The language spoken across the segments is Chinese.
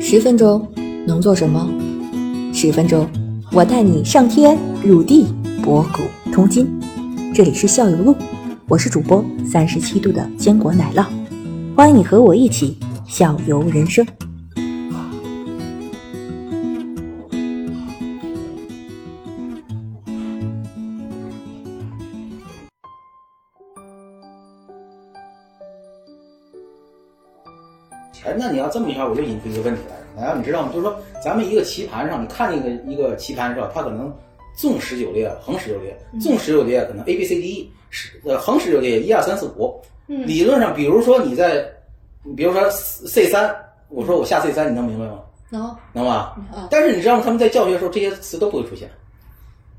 十分钟能做什么？十分钟，我带你上天入地，博古通今。这里是校友录，我是主播三十七度的坚果奶酪，欢迎你和我一起校游人生。哎，那你要这么一下，我就引出一个问题来了。然后你知道吗？就是说，咱们一个棋盘上，你看那个一个棋盘的时候，它可能纵十九列、横十九列，纵十九列可能 A B C D E，是呃横十九列一二三四五。嗯理论上，比如说你在，比如说 C 三，我说我下 C 三，你能明白吗？然后能吧？啊，但是你知道吗？他们在教学的时候，这些词都不会出现。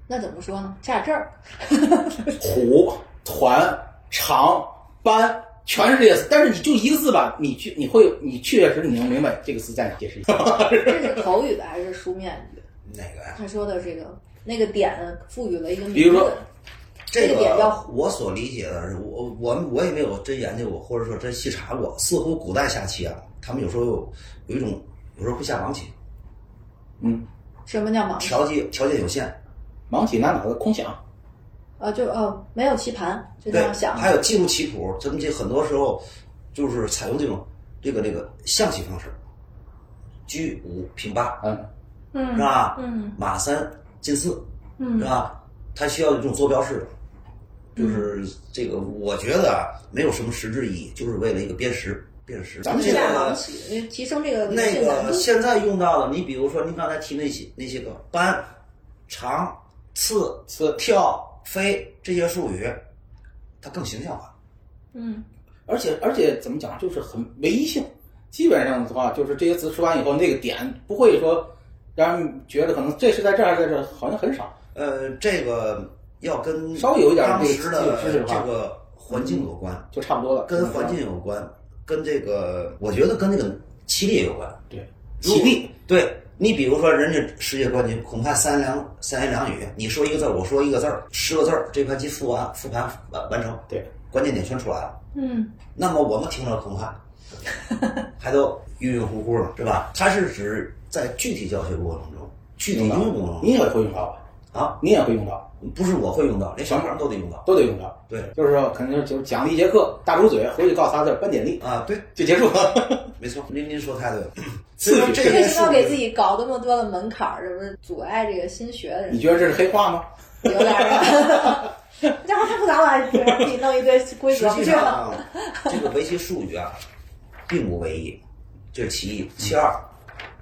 那怎么说呢？炸这儿，虎、团、长、班，全是这些词。但是你就一个字吧，你去你会你确实你能明白这个词在哪些事情。这是口语的还是书面语？哪个呀？他说的这个那个点赋予了一个名字，比如说这这个点个要我所理解的是，我我我也没有真研究过，或者说真细查过。似乎古代下棋啊，他们有时候有有一种，有时候会下盲棋，嗯，什么叫盲棋条件条件有限，盲起拿脑子空想。啊？就哦，没有棋盘，就这对样，想。啊还有记录棋谱，咱们这很多时候就是采用这种这个这个象棋方式，车五平八嗯，嗯是吧？嗯马三进四嗯是吧？它需要一种坐标式的。嗯就是这个，我觉得啊没有什么实质意义，就是为了一个辨识辨识。咱们这个下盲棋，提升这个那性难个度。现在用到的，你比如说您刚才提那些那些个班、长、次、是。跳、飞这些术语，它更形象化。嗯而且而且怎么讲，就是很唯一性。基本上的话，就是这些词说完以后，那个点不会说让人觉得可能这是在这儿，在这儿，好像很少。呃，这个要跟稍微有一点当这个时这的个知识化嗯这个环境有关，就差不多了，跟环境有关，跟这个我觉得跟这个棋力有关。对如起果立，对你比如说，人家世界冠军恐怕三两三言两语，你说一个字儿，我说一个字儿，十个字儿，这盘棋复完复盘完完成，对，关键点全出来了。嗯那么我们听着恐怕还都晕晕乎乎的，是吧？它是指在具体教学过程中，具体应用过程你中也会用到吧？啊，你也会用到，不是我会用到，连小朋友都得用到。都得用到。对就是说，可能就讲了一节课，大猪嘴，回去告诉他字儿搬点力啊，对，就结束了。 没错，您您说太对了。自所以己说这为些什么要给自术语，己搞那么多的门槛儿？这不是阻碍这个新学的你人？觉得这是黑话吗？有点儿。 然后他不早晚自己弄一堆规实则，不际是上吗？啊这个围棋术语啊，并不唯一，这是其一。其二，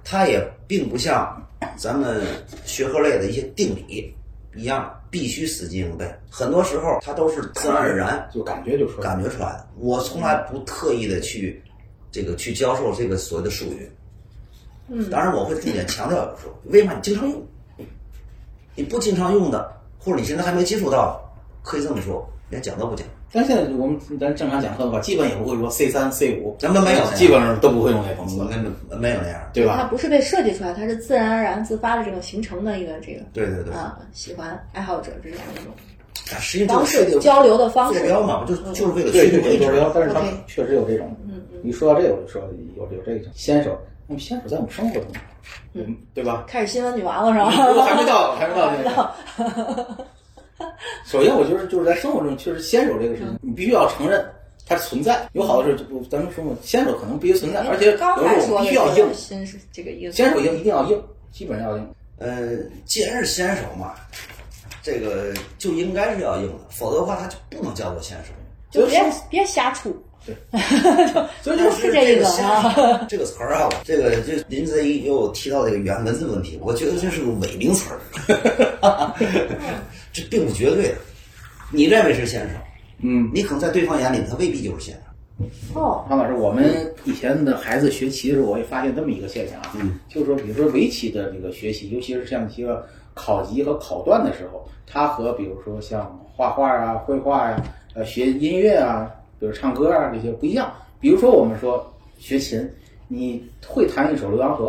它也并不像咱们学科类的一些定理一样，必须死记硬背。很多时候，它都是自然而然就感觉就说感觉出来的。我从来不特意的去这个去教授这个所谓的术语，嗯当然我会重点强调有时候，为嘛你经常用？你不经常用的，或者你现在还没接触到，可以这么说，连讲都不讲。但现在我们咱正常讲课的话，基本也不会说 C 三、C 五，咱们没有那样基本上都不会用那层我次，们没没有那样。对它吧？不是被设计出来，它是自然而然自发的这种形成的一个这个对对对，啊喜欢爱好者之间的一种咱实际上方就是式这个交流的方坐式。嗯标嘛，不就就是为了对，区有别这个位标，置。但是他 OK 确实有这种。嗯嗯，你说到这个，我就说有有这个先手，那么先手在我们生活中，嗯，对吧？开始新闻女王了我是吧？还没到，还没到那 个。首先，我觉得就是在生活中，确实先手这个事情，你必须要承认它存在。有好多事就不，咱们说嘛，先手可能必须存在，而且有时刚才候说我们的必须要这硬个，新是这个意思。先手硬一定要硬，基本上要硬。呃，既然是先手嘛，这个就应该是要硬的，否则的话它就不能叫做先手。就别别瞎处，所以就是是这个个先 这个词儿啊，这个就林子怡又提到这个原文字问题，我觉得这是个伪名词儿， 这并不绝对的。你认为是先手，嗯，你可能在对方眼里他未必就是先手。哦，方老师，我们以前的孩子学棋的时候，我也发现这么一个现象啊，嗯，就是说，比如说围棋的这个学习，尤其是像一些考级和考段的时候，它和比如说像画画啊、绘画呀、呃，学音乐啊，比如唱歌啊这些不一样。比如说我们说学琴，你会弹一首《浏阳河》，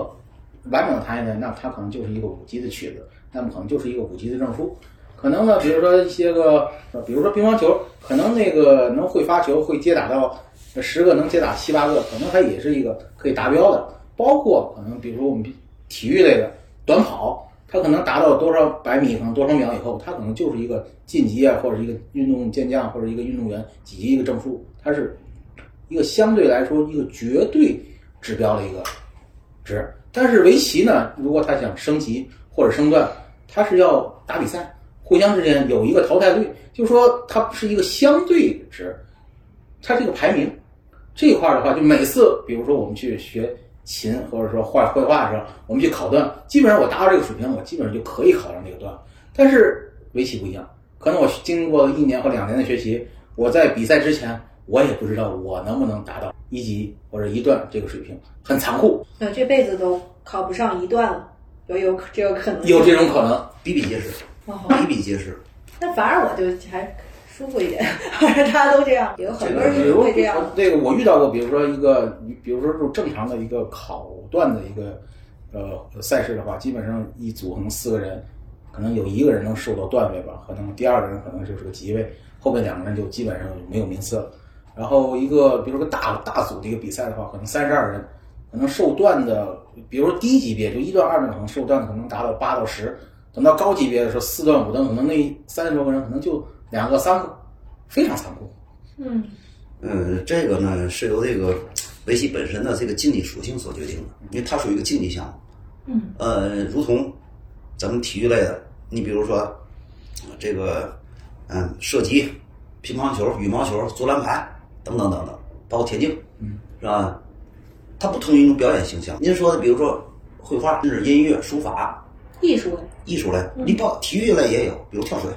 完整的弹一弹，那它可能就是一个五级的曲子，那么可能就是一个五级的证书。可能呢，比如说一些个，呃比如说乒乓球，可能那个能会发球，会接打到十个能接打七八个，可能它也是一个可以达标的。包括可能比如说我们体育类的短跑，它可能达到多少百米，可能多少秒以后，它可能就是一个晋级啊，或者一个运动健将，或者一个运动员几级一个证书，它是一个相对来说一个绝对指标的一个值。但是围棋呢，如果他想升级或者升段，他是要打比赛，互相之间有一个淘汰率，就是说它不是一个相对值，它是一个排名。这一块儿的话，就每次比如说我们去学琴或者说画绘画的时候，我们去考段，基本上我达到这个水平，我基本上就可以考上这个段。但是围棋不一样，可能我经过一年或两年的学习，我在比赛之前，我也不知道我能不能达到一级或者一段这个水平，很残酷，对，这辈子都考不上一段了，有有这有可能有这种可能。比比皆是，哦，比比皆是。那反而我就还舒服一点，反正大家都这样，有很多人如会这样。这个我遇到过，比如说一个，比如说是正常的一个考段的一个呃赛事的话，基本上一组可能四个人，可能有一个人能受到段位吧，可能第二个人可能就是个级位，后边两个人就基本上没有名次了。然后一个比如说大大组的一个比赛的话，可能三十二人，可能受段的，比如说低级别就一段、二段，可能受段的可能达到八到十，等到高级别的时候，四段、五段，可能那三十多个人可能就两个、三个，非常残酷。嗯，嗯，这个呢是由这个围棋本身的这个竞技属性所决定的，因为它属于一个竞技项目。嗯，呃，如同咱们体育类的，你比如说呃这个，嗯，射击、乒乓球、羽毛球、足篮排等等等等，包括田径，嗯，是吧？它不同于一种表演形象。您说的，比如说绘画、甚至音乐、书法、艺术，艺术类，你包体育类也有，比如跳水、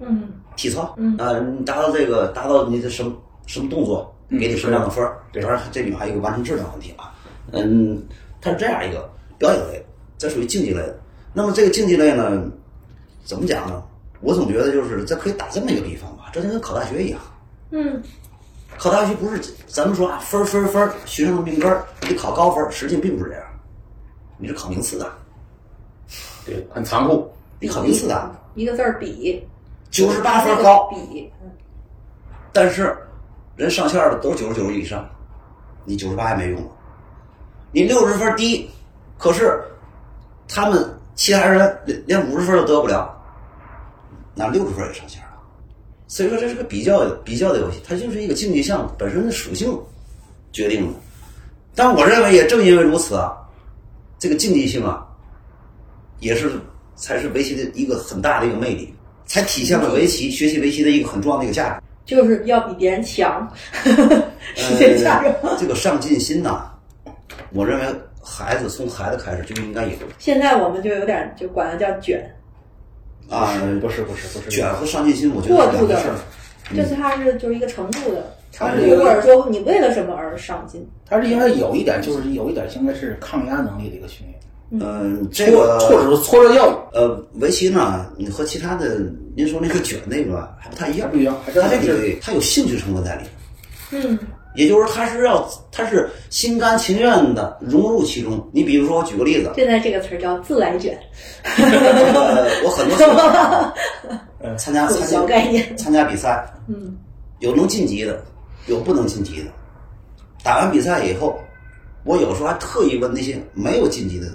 嗯体操，嗯啊、你达到这个，达到你的什么什么动作，嗯给你什么样的分儿？对当然，这里面还有一个完成质量问题啊。嗯，它是这样一个表演类，这属于竞技类的。那么这个竞技类呢，怎么讲呢？我总觉得就是这可以打这么一个比方吧，这就跟考大学一样。嗯考大学不是咱们说啊分儿分儿分儿，学生的命根儿，你考高分儿，实际并不是这样，你是考名次的，对，很残酷。你考名次的，啊一个字儿比，九十八分儿高，比，但是人上线的都是九十九以上，你九十八也没用了。啊你六十分低，可是他们其他人连连五十分都得不了，那六十分也上线了。所以说这是个比较比较的游戏，它就是一个竞技项目本身的属性决定的。但我认为也正因为如此啊，这个竞技性啊，也是才是围棋的一个很大的一个魅力，才体现了围棋学习围棋的一个很重要的一个价值。就是要比别人强，哎是这价值。呃这个上进心呐、我认为孩子从孩子开始就应该有现在我们就有点就管它叫卷，啊，不是不是不是卷和上进心，我觉得是两回事儿。嗯就是它是就是一个程度的它程是度一，个或者说你为了什么而上进，它是因为有一点，就是有一点应该是抗压能力的一个训练，嗯，这挫挫个折挫折教育呃，围棋呢，你和其他的您说那个卷那个还不太一还样不，一样，还真它这的是里它有兴趣成分在里面，嗯也就是说它是要它是心甘情愿的融入其中。你比如说，我举个例 子，现在这个词儿叫自来卷，呃，我很多时候呃参啊加混淆参概念。加参加比赛，嗯有能晋级的，有不能晋级的。打完比赛以后，我有时候还特意问那些没有晋级的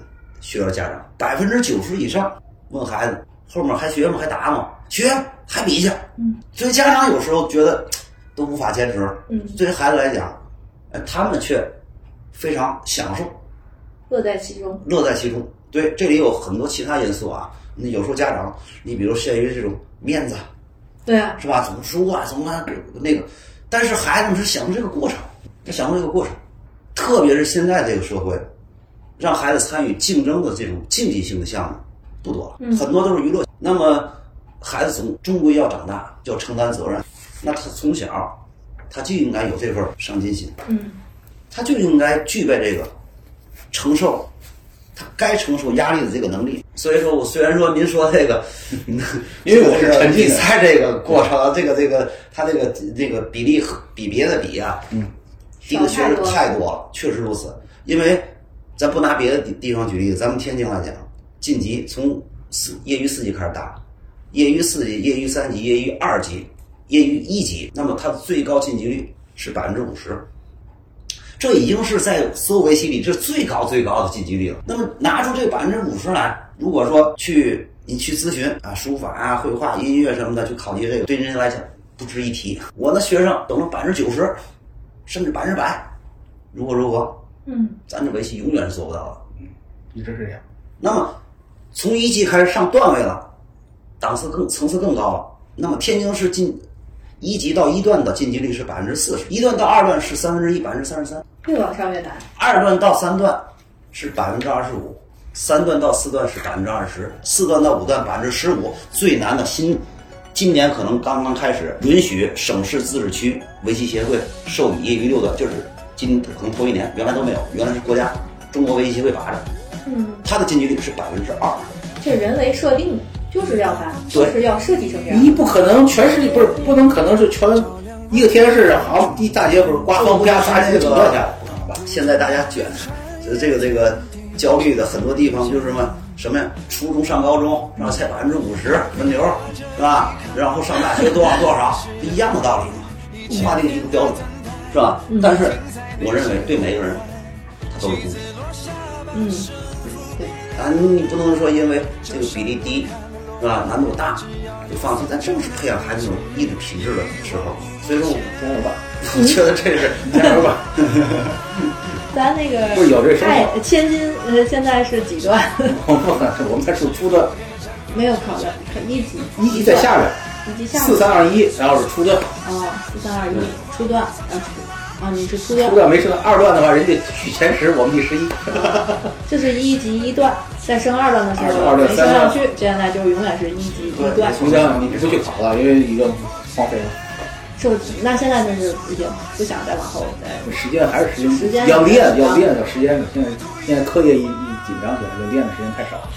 学员家长，百分之九十以上问孩子后面还学吗？还打吗？学还比去。嗯，所以家长有时候觉得都无法坚持。嗯，对于孩子来讲，呃他们却非常享受，乐在其中。乐在其中。对，这里有很多其他因素啊。那有时候家长，你比如限于这种面子啊，对啊，是吧？总输啊，总啊那个，但是孩子们是享受这个过程，他享受这个过程，特别是现在这个社会，让孩子参与竞争的这种竞技性的项目不多了，嗯很多都是娱乐。那么孩子总终归要长大，要承担责任，那他从小他就应该有这份上进心，嗯他就应该具备这个承受。他该承受压力的这个能力，所以说我虽然说您说这 个，因为我是沉浸比的赛这个过程啊，这个这个他这个这个比例和比别的比啊，嗯，低的确少太实多了太多了，确实如此。因为咱不拿别的地地方举例子，咱们天津来讲，晋级从四业余四级开始打，业余四级、业余三级、业余二级、业余一级，那么它的最高晋级率是百分之五十，这这已经是在所有围棋里这是最高最高的晋级率了。那么拿出这百分之五十来，如果说去你去咨询啊，书法啊、绘画、音乐什么的，去考级这个，对人家来讲不值一提。我的学生等了百分之九十，甚至百分之百，如何如何，嗯，咱这围棋永远是做不到的。一直是这样。那么从一级开始上段位了，档次更层次更高了。那么天津市进一级到一段的晋级率是百分之四十，一段到二段是三分之一，百分之三十三，越往上越难。二段到三段是百分之二十五，三段到四段是百分之二十，四段到五段百分之十五。最难的新，今年可能刚刚开始允许省市自治区围棋协会授予业余六段，就是今可能头一年，原来都没有，原来是国家中国围棋协会把着，嗯，它的晋级率是百分之二。这人为设定的，就是要难，就对啊是要设计成这样。你不可能全世界不是不能可能是全一个天市好一大街口刮风加沙这个不可能吧？现在大家卷，呃这个这个焦虑的很多地方就是什么什么呀？初中上高中，然后才百分之五十分流，是吧？然后上大学多少多少，不一样的道理嘛，划定一个标准，是吧？但是我认为对每个人他都有公平嗯，啊，你不能说因为这个比例低，是吧？难度大就放弃，咱正是培养孩子这种意志品质的时候，所以说我真有吧？ 我觉得这是加油吧！咱那个不是有这说法哎，千金呃，现在是几段？ 我们不可能我们才是出的没有考的，肯一级，一级在下边，一级下四三二一，然后是出段，哦，四三二一，初段，呃，啊，你是初段出，段没升二段的话，人家取前十，我们第十一。就是一级一段，再升二段的时二候段没三升段上去，这样来就永远是一级一段。从小你不去考了，因为一个荒废了，就那现在真是已经不想再往后再时间还是时时间间要练要练要时间。现在现在课业一一紧张起来，就练的时间太少了。